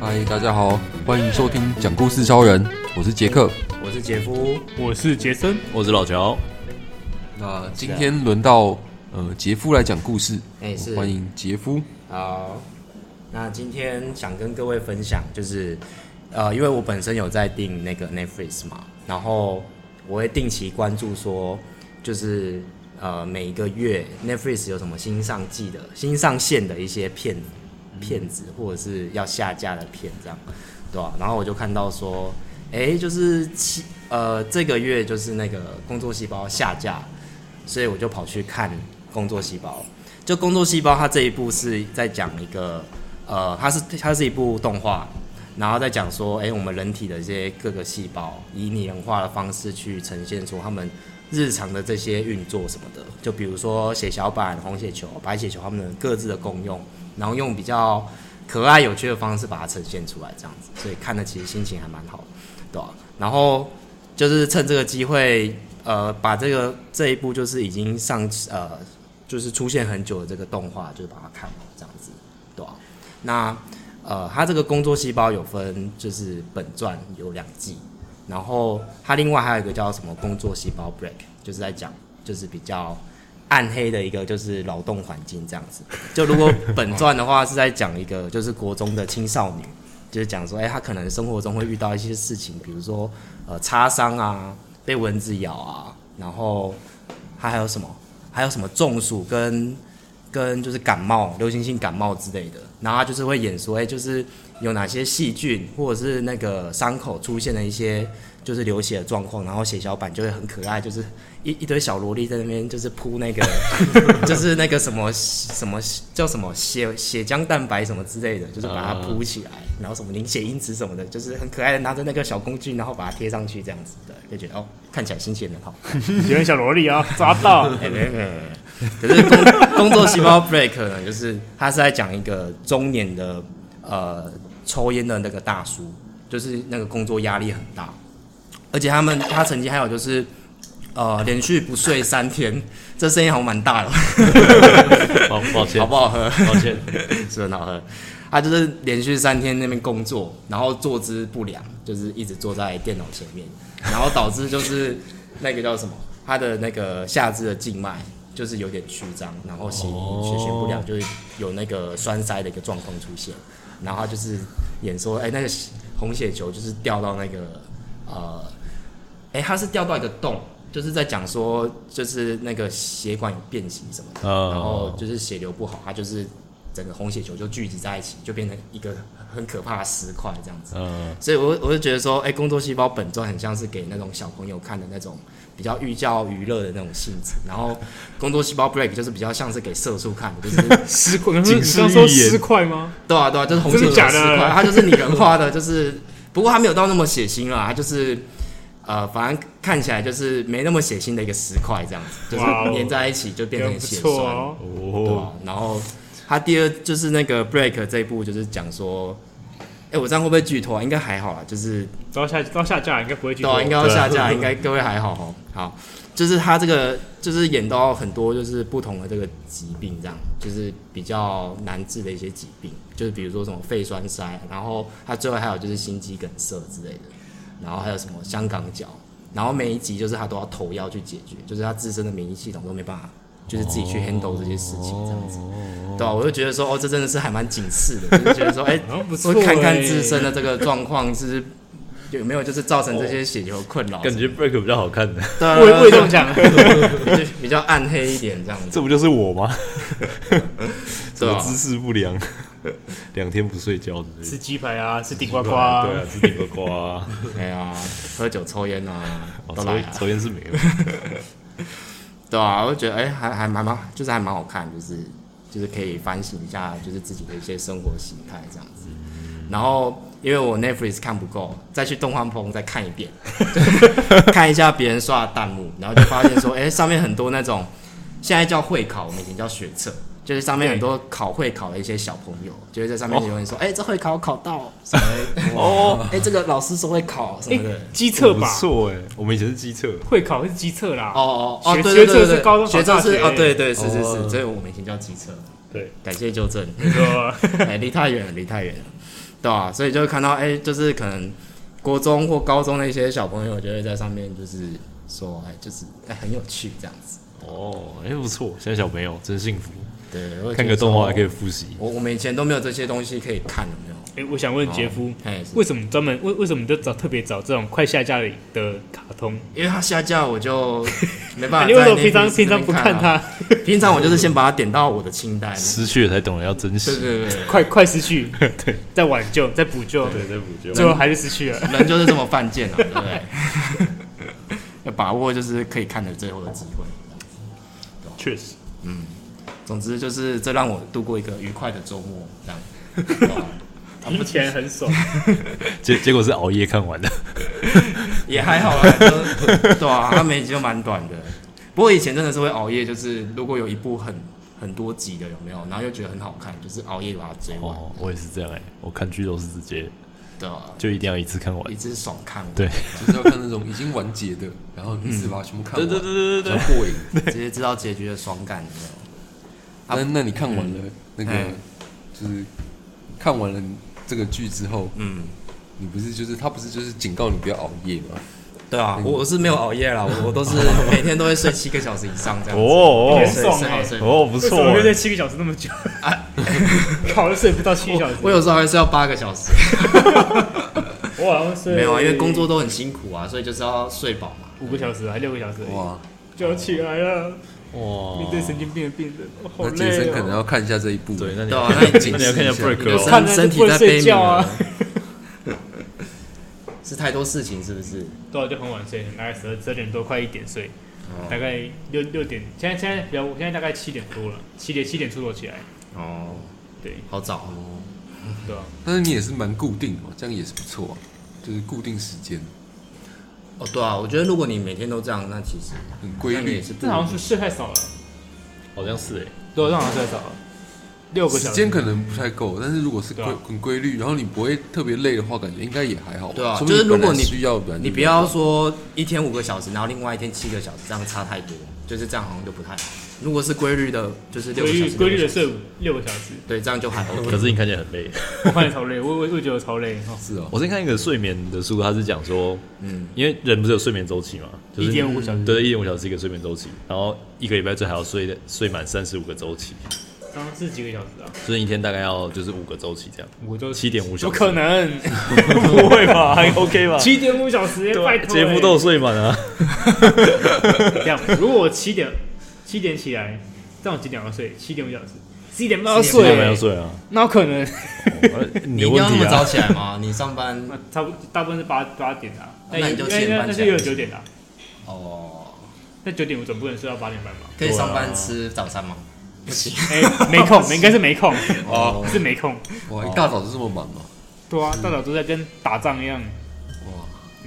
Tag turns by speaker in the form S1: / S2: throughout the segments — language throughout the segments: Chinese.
S1: 嗨，大家好，欢迎收听讲故事超人，我是杰克。
S2: 我是杰夫，
S3: 我是杰森，
S4: 我是老乔，
S1: 那今天轮到呃杰夫来讲故事，哦
S2: 哎是
S1: 欢迎杰夫。
S2: 好，那今天想跟各位分享就是，呃，因为我本身有在订那个 Netflix 嘛，然后我会定期关注说，就是呃每一个月 Netflix 有什么新上季的、新上线的一些片片子，或者是要下架的片这样，对吧、然后我就看到说，哎，就是七呃这个月就是那个工作细胞下架，所以我就跑去看工作细胞。就《工作细胞》，它这一部是在讲一个，呃，它是它是一部动画，然后再讲说，哎、我们人体的这些各个细胞，以拟人化的方式去呈现出他们日常的这些运作什么的，就比如说血小板、红血球、白血球它们各自的功用，然后用比较可爱有趣的方式把它呈现出来，这样子，所以看的其实心情还蛮好的，对吧、然后就是趁这个机会，呃，把这个这一部就是已经上呃就是出现很久的这个动画，就是把它看完这样子，对吧、那呃，它这个工作细胞有分，就是本传有两季，然后它另外还有一个叫什么工作细胞 Break，就是在讲就是比较暗黑的一个就是劳动环境这样子。就如果本传的话是在讲一个就是国中的青少女，就是讲说，哎、她可能生活中会遇到一些事情，比如说呃擦伤啊，被蚊子咬啊，然后它还有什么？还有什么中暑跟跟就是感冒、流行性感冒之类的，然后他就是会演说，哎、就是有哪些细菌或者是那个伤口出现了一些就是流血的状况，然后血小板就会很可爱，就是一一堆小萝莉在那边就是铺那个， 就是那个什么什么叫什么血血浆蛋白什么之类的，就是把它铺起来，然后什么凝血因子什么的，就是很可爱的拿着那个小工具，然后把它贴上去这样子的，就觉得哦，看起来心情很好。
S3: 有点小萝莉啊，抓到
S2: 哎没有没有没 有可是工工作细胞 break 呢，就是他是在讲一个中年的呃抽烟的那个大叔，就是那个工作压力很大，而且他们他曾经还有就是呃连续不睡三天，这声音好像蛮 大的，
S4: 抱抱歉，
S2: 好不好喝？
S4: 抱歉，
S2: 是很好喝。他就是连续三天那边工作，然后坐姿不良，就是一直坐在电脑前面，然后导致就是那个叫什么，他的那个下肢的静脉就是有点曲张，然后血血循不良，就是有那个栓塞的一个状况出现。然后他就是演说，哎、那个红血球就是掉到那个呃，哎、他是掉到一个洞，就是在讲说，就是那个血管有变形什么的，
S4: 哦
S2: 然后就是血流不好，他就是整个红血球就聚集在一起，就变成一个很可怕的石块这样子。
S4: 嗯，
S2: 所以我我就觉得说，哎、工作细胞本传很像是给那种小朋友看的那种比较寓教于乐的那种性质，然 后工作细胞 break 就是比较像是给社畜看的，就是
S3: 十块，你
S4: 警
S3: 刚
S4: 示
S3: 刚说
S4: 预言
S3: 十块吗？
S2: 对啊，对啊，就是红血
S3: 真
S2: 球
S3: 的假的
S2: 石块，它就是拟人化的，就是不过它没有到那么血腥啦，它就是呃，反正看起来就是没那么血腥的一个石块这样子，就是
S3: 哇哦
S2: 粘在一起就变
S3: 也
S2: 成
S3: 很不
S2: 血
S3: 错
S2: 栓，
S3: 哦。
S2: 对
S4: 哦，
S2: 吧？然后它第二就是那个 break 这一部就是讲说，哎、我这样会不会剧透啊？应该还好啦，就是
S3: 到下到下架应该不会去
S2: 对
S3: 做，
S2: 啊，应该要下架，应该各位还好哦。好，就是他这个就是演到很多就是不同的这个疾病，这样就是比较难治的一些疾病，就是比如说什么肺栓塞，然后他最后还有就是心肌梗塞之类的，然后还有什么香港脚，然后每一集就是他都要投药去解决，就是他自身的免疫系统都没办法，就是自己去 handle 这些事情这样子。对啊，我就觉得说，哦，这真的是还蛮警示的，就是觉得说， 哎、
S3: 好像不错
S2: 会看看
S3: 欸
S2: 自身的这个状况是不是有没有就是造成这些血球困扰？
S4: 感觉 break 比较好看的，
S2: 对啊
S3: 我也我也这么 想，
S2: 比较比较暗黑一点这样子，
S4: 这不就是我吗？什
S2: 对
S4: 么
S2: 吧？
S4: 姿势不良，两天不睡觉之类
S3: 吃
S4: 的，
S3: 鸡排啊，吃地瓜瓜啊，
S4: 对啊，吃地瓜瓜啊，
S2: 哎呀，喝酒抽烟啊，
S4: 哦
S2: 都
S4: 抽
S2: 来
S4: 烟
S2: 啊，
S4: 抽烟是没有，
S2: 对啊，我就觉得哎、还还蛮蛮，就是还蛮好看，就是就是可以反省一下，就是自己的一些生活形态这样子。然后因为我 Netflix 看不够，再去动画棚再看一遍，看一下别人刷的弹幕，然后就发现说，哎、上面很多那种现在叫会考，我们以前叫学测，就是上面很多考会考的一些小朋友，就会在上面留言说，哎、这会考考到什么？哦，哎、这个老师说会考什
S3: 哎
S2: 么的。，
S3: 机测
S4: 不
S3: 吧，
S4: 错哎，我们以前是机测，
S3: 会考是机测啦。
S2: 哦哦哦，
S3: 学
S2: 对对对
S3: 学测
S2: 对
S3: 是
S2: 对，
S3: 高中考
S2: 学测
S3: 大
S2: 是
S3: 学
S2: 哦，对对是是
S4: 哦
S2: 是，所以我们以前叫机测。
S3: 对，
S2: 感谢纠正。
S3: 没错，
S2: 哎、离太远了，离太远了，对啊，所以就会看到，哎、就是可能国中或高中那些小朋友就会在上面，就是说，哎、就是哎、很有趣这样子。
S4: 哦，哎不错，现在小朋友真幸福，
S2: 对，我也
S4: 看
S2: 觉得
S4: 个动画还可以
S2: 说。
S4: 复习。
S2: 我我们以前都没有这些东西可以看，有没有？
S3: 哎，我想问杰夫，
S2: 哎，是
S3: 为什么专门为为什么你就找特别找这种快下架的的卡通？
S2: 因为它下架我 就没办
S3: 啊
S2: 法。
S3: 你为什么平常平常不
S2: 看啊
S3: 看？它？
S2: 平常我就是先把它点到我的清单。
S4: 失去了才懂得要珍
S2: 对
S4: 惜，
S2: 对对对，
S3: 快 快失去，对，再挽救，再补救，
S4: 对，再补救
S3: 最后还是失去了。
S2: 人就是这么犯贱啊，对不对？ 要把握就是可以看的最后的机会。
S4: 确实，
S2: 总之就是这让我度过一个愉快的周末，这样。
S3: 提前很爽，
S4: 结结果是熬夜看完的，
S2: 也还好啊啦，就 对啊，它每集都蛮短的。不过以前真的是会熬夜，就是如果有一部很很多集的有没有，然后又觉得很好看，就是熬夜把它追完，
S4: 哦，我也是这样哎，我看剧都是直接
S2: 对啊，
S4: 就一定要一次看
S2: 一
S4: 完，
S2: 直爽看完，
S4: 对
S1: 就是要看那种已经完结的，然后一次把它全部看完，
S4: 对
S1: 比较过瘾。
S2: 直接知道结局的爽感有没有？
S1: 那那你看完了那个
S2: 哎，
S1: 就是看完了这个剧之后，
S2: 嗯，
S1: 你不是就是他不是就是警告你不要熬夜吗？
S2: 对啊，我我是没有熬夜啦，我我都 是每天都会睡七个小时以上这样子。
S4: 哦
S3: 很
S2: 睡
S3: 爽
S2: 睡好
S3: 哎
S2: 睡好
S4: 哦不
S3: 为什
S4: 错
S3: 么会
S4: 欸
S3: 睡，七个小时那么久？ 考了睡不到七个小时，
S2: 啊我有时候还睡到八个小时，
S3: 我好像睡
S2: 没有啊，因为工作都很辛苦啊，所以就是要睡饱嘛。
S3: 五个小时还六个小时而已，
S1: 哇，
S3: 就要起来了。
S4: 哇
S3: 面对神经病的病人，我好
S1: 那杰
S3: 累
S1: 森可能
S3: 哦。
S1: 要看一下这一部，
S4: 对，那你
S2: 对啊那你
S4: 那你要看一下
S1: 警示一
S4: break
S1: 下
S2: 你的
S4: 哦
S3: 看
S2: 身
S3: 了
S2: 身
S3: 就不
S2: 体
S3: 能
S2: 在悲
S3: 睡
S2: 鸣
S3: 觉啊
S2: 了，是太多事情是不是？
S3: 对啊，就很晚睡，大概十二十二点多，快一点睡，
S2: 哦
S3: 大概六六点。现在现在比较，我现在大概七点多了，七点七点出头起来。
S2: 哦，
S3: 对
S2: 好早哦。
S3: 对啊，
S1: 但是你也是蛮固定的嘛，这样也是不错、啊，就是固定时间，
S2: 哦，对啊，我觉得如果你每天都这样，那其实
S1: 很
S2: 那
S1: 规
S2: 你也
S1: 律，
S2: 是不
S3: 这好像是睡太少了，
S4: 好像是哎，
S3: 对啊，这好像睡太少了，六个
S1: 时
S3: 小时
S1: 间。可能不太够，但是如果是规、
S3: 对啊
S1: 很规律，然后你不会特别累的话，感觉应该也还好吧。
S2: 对啊
S1: 说不定
S2: 就是如果
S1: 本来
S2: 你
S1: 需要软，
S2: 你不要说一天五个小时，然后另外一天七个小时，这样差太多，就是这样好像就不太好。如果是规律的，就是六
S3: 规
S2: 个小
S3: 律
S2: 时，
S3: 规律的
S2: 六个小时
S3: 睡哦五六个小时，
S2: 对，这样就还 OK。
S4: 可是你看起来很累。
S3: 我看你超累，我我我觉得我超累哦，
S1: 是哦，
S4: 我之前看一个睡眠的书，它是讲说，
S2: 嗯，
S4: 因为人不是有睡眠周期嘛，就是
S3: 一点五小时，
S4: 对，一点五小时是一个睡眠周期，然后一个礼拜最好要睡睡满三十五个周期，
S3: 刚刚是几个小时啊？
S4: 所以一天大概要就是五个周期这样，
S3: 我就
S4: 七点五小
S3: 有
S4: 时，
S3: 可能
S4: 不会吧？还 OK 吧？
S3: 七点五小时，
S4: 对
S3: 拜
S4: 啊
S3: 托欸，
S4: 杰夫都有睡满啊，
S3: 这样。如果我七点七点起来，这样我几点要睡？七点五小时，十一点半要
S2: 11
S4: 睡
S2: 点
S4: 满
S2: 半
S4: 要
S3: 睡，
S4: 睡啊，
S3: 那有可能。
S4: 你
S2: 你
S4: 的
S2: 一定要那
S4: 问题
S2: 么早
S4: 啊，
S2: 起来吗？ 你上 班
S3: 那差不多大部分是八八点的啊，
S2: 那你就
S3: 因为
S2: 7点
S3: 那
S2: 半
S3: 那
S2: 起
S3: 是
S2: 来
S3: 有九点的啊，
S2: 哦，
S3: 那九点我总不能睡到八点半 吧？
S2: 可以上
S4: 对
S2: 班
S4: 啊
S2: 吃早餐吗？不 行。
S3: 哎，没空，应该是没空，
S2: 哦
S3: 是没空。
S1: 哇，一大早就这么忙啊，
S3: 对啊，大早都在跟打仗一样，
S2: 哇，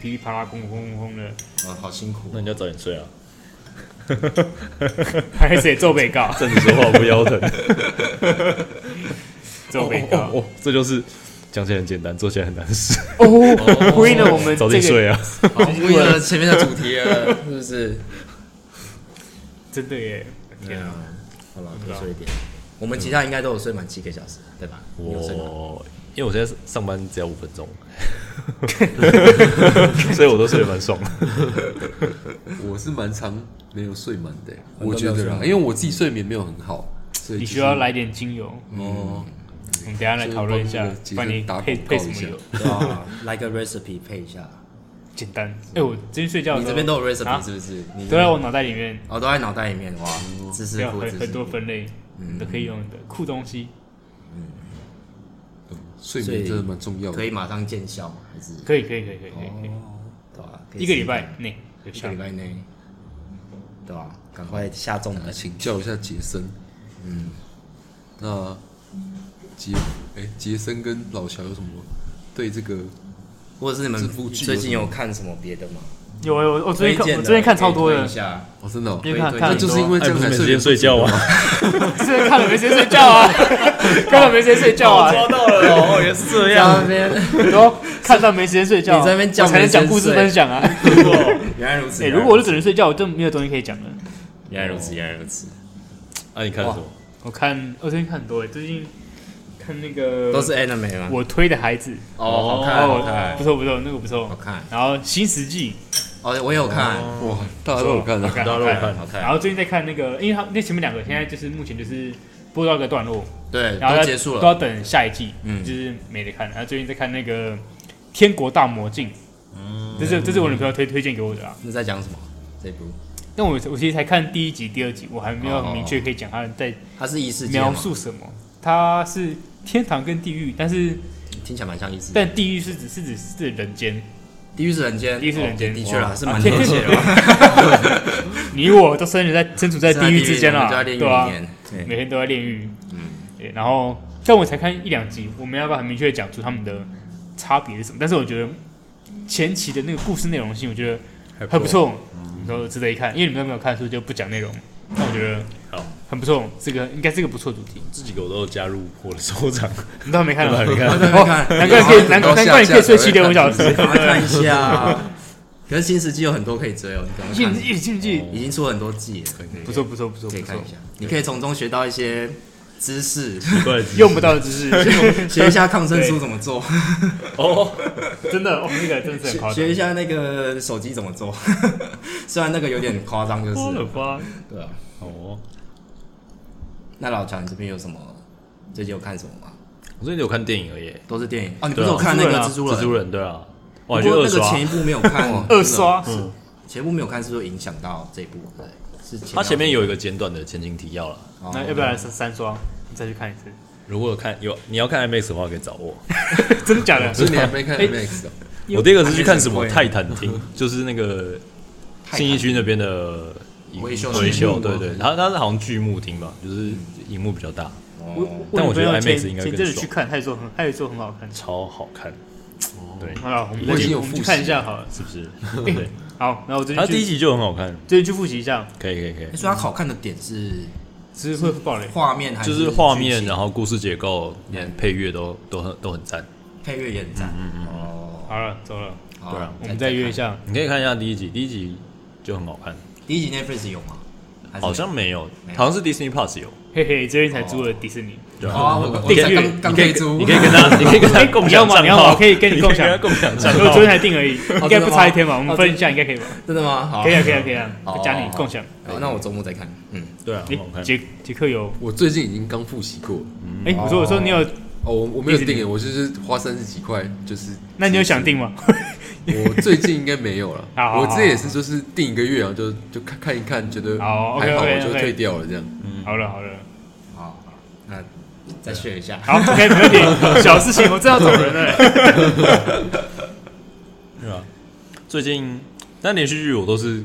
S3: 噼里啪啦，轰轰轰轰的，
S2: 哦好辛苦
S4: 那。你就早点睡啊，
S3: 还是得做被告，
S4: 站着说话不腰疼，
S3: 做被
S4: 哦
S3: 告。
S4: 哦， 这就是讲起来很简单，做起来很难的事，
S3: 哦，回应了我们
S4: 早点
S3: 这个，
S4: 睡啊，
S2: 好，忽略了前面的主题了，是不是？
S3: 真的耶，
S2: 对
S3: 天啊
S2: 啊，好了，多睡一点。我们其他应该都有睡满七个小时，对吧？你有睡 吗？
S4: 我因为我现在上班只要五分钟，所以我都睡得蛮爽。
S1: 我是蛮长没有睡满的，我
S2: 很多没
S1: 觉
S2: 有
S1: 得
S2: 睡
S1: 啦，
S2: 满
S1: 因为我自己睡眠没有很好，所以
S3: 你
S1: 就是
S3: 需要来点精油，
S2: 嗯
S1: 哦，
S3: 我们等一下来讨论一下
S1: 就是帮那个，杰
S3: 帮你
S1: 森打
S3: 配
S1: 广
S3: 配
S1: 告
S3: 什
S1: 一下
S3: 么油？
S2: 对啊，来个 recipe 配一下。
S3: 简单。哎，我今天睡觉的
S2: 你
S3: 时候，
S2: 这边都有 recipe
S3: 啊
S2: 是不是？你
S3: 都在我脑袋里面，
S2: 哦，都在脑袋里面哇，知识
S3: 有
S2: 库，知
S3: 很
S2: 识
S3: 很多
S2: 库。
S3: 分类
S2: 嗯
S3: 都可以用的酷东西，
S1: 睡眠真的蛮重要
S2: 可
S1: 的。
S2: 以马上见效吗？还是
S3: 可以可以可以可以可以可以，
S2: 对吧？哦可以
S3: 一个
S2: 试
S3: 礼
S2: 看
S3: 拜内有
S2: 一个
S3: 效
S2: 礼。拜内，对吧？赶快下重
S1: 来
S2: 本。
S3: 嗯
S1: 请教一下杰森，
S2: 嗯，
S1: 那杰哎杰森跟老乔有什么对这个
S2: 或者是你
S1: 自付
S2: 们
S1: 剧
S2: 最
S1: 有什
S2: 近
S1: 么
S2: 有看什么别的吗？
S3: 有哎，我我
S2: 推
S3: 最近看
S2: 荐
S3: 我
S2: 的
S3: 最近看超多
S2: 可以推
S3: 的
S2: 一，下
S1: 哦，真的哦，
S3: 因为看
S2: 推推
S3: 看
S1: 那
S2: 荐
S1: 就是因为这
S4: 哎，不
S1: 样才
S4: 是没时
S1: 睡
S4: 间
S1: 不
S4: 睡觉
S1: 着
S4: 吗？
S3: 之前 看了没时间睡觉 啊，看了没时间睡觉啊，
S4: 到 了哦，原来是这
S2: 这样那边，
S3: 然后看到没时间睡觉，啊
S2: 你在那边叫
S3: 我才能讲故事
S2: 没时间睡
S3: 分享啊。
S2: 原来如此。
S3: 哎，如果我就只能睡觉，我就没有东西可以讲了。
S2: 原来如此，原来如此，
S4: 啊，你看什么？
S3: 我看我最近看很多哎，最近看那个
S2: 都是 anime 吗？
S3: 我推的孩子，
S2: 哦，好看，好
S3: 哦，
S2: 看
S3: 不，错不错，那个不错
S2: 好。看。
S3: 然后新石纪，
S2: 哦，我也有看，
S1: 哇，大家都有看
S3: 好
S1: 啊，
S3: 看
S4: 大家都有看
S2: 哦好
S3: 然
S2: 看，哎
S3: 后最近在看那个，因为他那前面两个现在就是目前就是播到一个段落，
S2: 对，
S3: 然后
S2: 都
S3: 要
S2: 结束
S3: 都
S2: 了。
S3: 要等下一季，
S2: 嗯
S3: 就是没得看。然后最近在看那个《天国大魔镜》，
S2: 嗯
S3: 这是这是我女朋友推推荐给我的啊。
S2: 那在讲什么？这部
S3: 但我我其实才看第一集、第二集，我还没有很明确可以讲它在
S2: 它哦是异世界
S3: 描
S2: 吗？
S3: 述什么。它是天堂跟地狱，但是
S2: 听起来蛮像异世界。
S3: 但地狱是指是指是人间，
S2: 地狱是人间，
S3: 地狱是人间
S2: 哦的确啦，
S3: 哇
S2: 是蛮
S3: 啊
S2: 贴切的。
S3: 你我都生活在身处在地狱之间
S2: 了，
S3: 啦，
S2: 啊就在
S3: 对啊
S2: 地狱
S3: 吧、
S2: 里面。
S3: 每
S2: 对
S3: 天都在炼狱。嗯，然后但我才看一两集，我没有办法很明确地讲出他们的差别是什么。但是我觉得前期的那个故事内容性，我觉得很不，错，嗯都值得一看。因为你们都没有看，所以就不讲内容。但我觉得
S4: 好，
S3: 很不错，这个应该是个不错主题。
S4: 这几个我都有加入我的收藏。
S3: 你都还没看吗？
S4: 我还没看
S3: 哦
S2: 还没看
S3: 难怪可以，难怪难怪你可以睡七点五小时。
S2: 赶快看一下。 可是新世纪有很多可以追哦，你赶快
S3: 记不
S2: 看，
S3: 记？记不记？
S2: 已经出了很多季了，
S3: 不错不错不错
S2: 可以
S3: 不
S2: 看
S3: 错
S2: 一，下。你可以从中学到一些知 识，
S4: 怪的
S3: 用不到的知识，
S2: 学一下抗生素怎么做，
S4: 哦，
S3: 真的，哦，那个真的是很夸张
S2: 学。一下那个手机怎么做。 虽然那个有点夸张，就是
S3: 疯了吧？
S2: 对啊。
S4: 哦，
S2: 那老乔，你这边有什么？最近有看什么吗？
S4: 我最近有看电影而已，
S2: 都是电影哦，你不是
S4: 对啊
S2: 有看那个蜘
S3: 蜘
S2: 蛛人？
S4: 蜘蛛人对啊，
S2: 不
S4: 哇，
S2: 过
S4: 就二
S2: 那个
S4: 刷
S2: 前一，部没有看，哦
S3: 二刷，
S2: 前一部没有看，是不是有影响到这一部？对，是前
S4: 它前面有一个简短的前情提要了。
S2: 哦
S3: 那要不要来三三刷？你再去看一次？
S4: 如果有看有你要看 IMAX 的话，可以找我。
S3: 真的假的？
S1: 所以你还没看
S3: 哎
S1: Max 哦，
S3: 有
S4: 我第一个是去看什么
S2: IMAX
S4: 泰坦厅，就是那个
S2: 泰坦
S4: 信义区那边的
S2: 维修的
S4: 维
S2: 那
S4: 修，
S2: 个
S4: 对对，它它是好像剧目厅吧，就是荧幕比较大，
S3: 我
S2: 哦
S4: 但我觉得
S3: 女朋友
S4: IMAX
S3: 前
S4: 应该
S3: 前
S4: 更
S3: 阵子
S4: 爽
S3: 去看，他也说很，他也说很好看。
S4: 超好看。
S2: 哦
S4: 对，
S3: 好，我们
S1: 我已
S3: 去
S1: 经有
S3: 我们去
S1: 复习
S3: 看一下好了。
S4: 是不是？ 对，
S3: 好，然后我最
S4: 它
S3: 近
S4: 第一
S3: 去
S4: 集就很好看，
S3: 最近去复习一下，
S4: 可以可以可以
S2: 欸。所以它好看的点是
S3: 只是会爆雷。
S2: 画面还
S4: 就是画面，啊
S2: 剧情
S4: 然后故事结构，连配乐都都很都很赞。
S2: 配乐也很赞。
S4: 嗯
S2: 哦，
S3: 好了，走了，
S2: 好哎
S4: 对啊
S3: 我们再约一。下。
S4: 你可以看一下第一集，第一集就很好看，
S2: 看第一集 Netflix 有吗？还是
S4: 好像没有
S2: 没，有
S4: 好像是 Disney Plus 有。
S3: 嘿嘿，最近才租了迪士尼，
S4: 对
S2: 哦啊，
S4: 啊，
S2: 我我我
S3: 订
S2: 才
S3: 阅
S2: 刚刚
S4: 你可
S2: 退
S4: 以
S2: 租，
S4: 你可以跟他，你可以跟他共
S3: 你要
S4: 享
S3: 吗
S4: 账
S3: 你要吗
S4: 号，
S3: 我可以跟你共享
S4: 你可以跟他共享账
S3: 我昨天
S4: 号。
S3: 才订而已，应该
S2: 真的
S3: 不
S2: 吗
S3: 差一天吧？我们
S2: 哦
S3: 分一下，应该可以吧？
S2: 真的吗？哦好
S3: 可以啊，可以啊，可以啊
S2: 好，
S3: 加你共享。
S2: 好那我周末再看。嗯，
S4: 对啊，
S3: 诶
S4: 很好看。嗯
S3: 杰杰克有，
S1: 我最近已经刚复习过了。
S3: 哎，我说我说你有，
S1: 哦，我我没有
S3: 一直
S1: 订，我就是花三十几块，就是。
S3: 那你有想订吗？，
S1: 我最近应该没有了
S3: 好好好
S1: 我之前也是就是定一个月，然后就就看看一看，觉得
S3: 好
S1: 还好，
S3: OK，OK，
S1: 我就
S3: OK
S1: 退掉了这样。
S3: 好了好了。
S2: 好，那
S4: 啊
S2: 再学一下。
S3: 好，OK，没问题。 小事情，我正要走人了。
S4: 对啊，最近但连续剧我都是，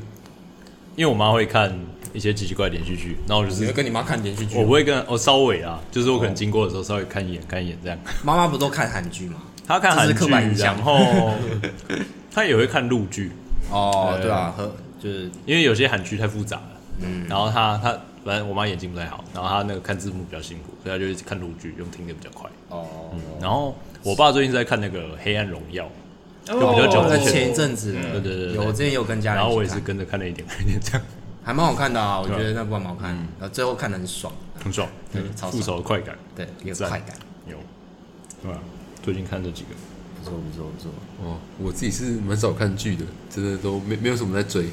S4: 因为我妈会看一些奇奇怪的连续剧，然后我就
S2: 你会
S4: 是
S2: 跟你妈看连续剧
S4: 我不
S2: 吗？
S4: 会跟我稍微啊，就是我可能经过的时候稍微看一眼看一眼这样。
S2: 妈妈不都看韩剧吗？
S4: 她看韩
S2: 这是
S4: 剧，
S2: 刻板印象
S4: 然后她也会看陆剧，
S2: 哦，
S4: 对
S2: 对啊，和就是
S4: 因为有些韩剧太复杂了。
S2: 嗯
S4: 然后她她反正我妈眼睛不太好，然后她那个看字幕比较辛苦，所以她就一直看陆剧，用听的比较快。
S2: 哦，
S1: 嗯
S4: 然后我爸最近在看那个《黑暗荣耀》，就比较久
S2: 那哦
S4: 之前，嗯
S2: 前一阵子了，
S4: 对对对对
S2: 有我之前有跟家人，
S4: 然后我也是，跟着看了一点 看一点这样，
S2: 还蛮好看的啊，我
S4: 对啊
S2: 觉得那部还蛮好看，然后最后看的很爽，
S4: 很爽，
S2: 对超爽
S4: 嗯复仇的快感
S2: 对，有
S4: 赞
S2: 快感，
S4: 有，对啊，最近看这几个，
S2: 不错不错不错，
S1: 哦，我自己是蛮少看剧的，真的都没没有什么在追。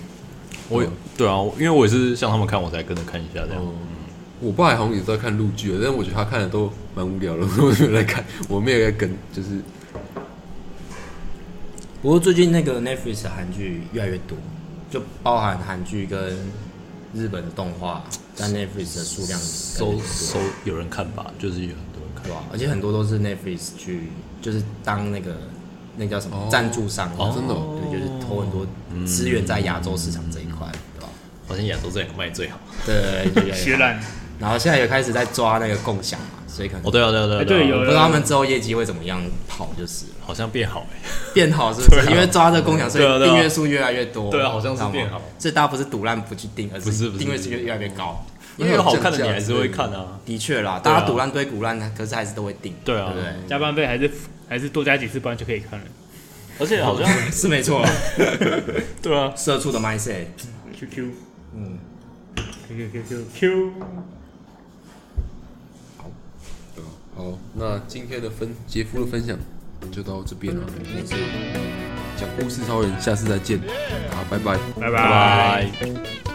S4: 我也对啊，我因为我也是像他们看我才跟着看一下这样，
S1: 哦，我爸好像也在看陆剧，但是我觉得他看的都蛮无聊的，我就没有在看，我没有在跟，就是
S2: 不过最近那个 Netflix 的韩剧越来越多，就包含韩剧跟日本的动画在 Netflix 的数量越来
S4: 收
S2: 越多
S4: 收有人看吧，就是有很多人看
S2: 对，吧？啊而且很多都是 Netflix 去就是当那个那叫什么
S1: 哦
S2: 赞助商的，
S1: 哦真的哦
S2: 对，就是投很多
S4: 嗯
S2: 资源在亚洲市场这一块，对吧？
S4: 好像亚洲这两个卖最好，
S2: 对，就越来越
S4: 嗯
S3: 血染，
S2: 然后现在也开始在抓那个共享嘛，所以可能
S4: 哦，对啊，对啊，对啊，
S3: 哎对
S4: 啊
S3: 有
S2: 我不知道他们之后业绩会怎么样跑，就是了
S4: 好像变好哎、
S2: 变好是不
S4: 对
S2: 是？
S4: 啊
S2: 因为抓着共享，所
S4: 对啊
S2: 以
S4: 对啊
S2: 订阅数越来越多。
S4: 对啊好像是
S2: 知道吗
S4: 变好。
S2: 所以大家不是赌烂不去订，而
S4: 不是不是
S2: 订阅数越来越高。
S4: 因为有好看的
S1: 正
S4: 你
S1: 价
S4: 还是会看啊。
S2: 的确啦，
S4: 对啊
S2: 大家赌烂归赌烂，可是还是都会订。
S4: 对啊
S2: 对不对？
S3: 加班费还是还是多加几次班就可以看了。
S4: 而且好像
S2: 是没错，
S4: 对啊，
S2: 社畜的 mindset。
S3: Q Q
S2: 嗯，
S3: Q Q Q Q，
S1: 好，那今天的分杰夫的分享就到这边了。我是讲故事超人，下次再见，好，拜拜。
S3: 拜
S4: 拜
S3: 拜。
S4: 拜。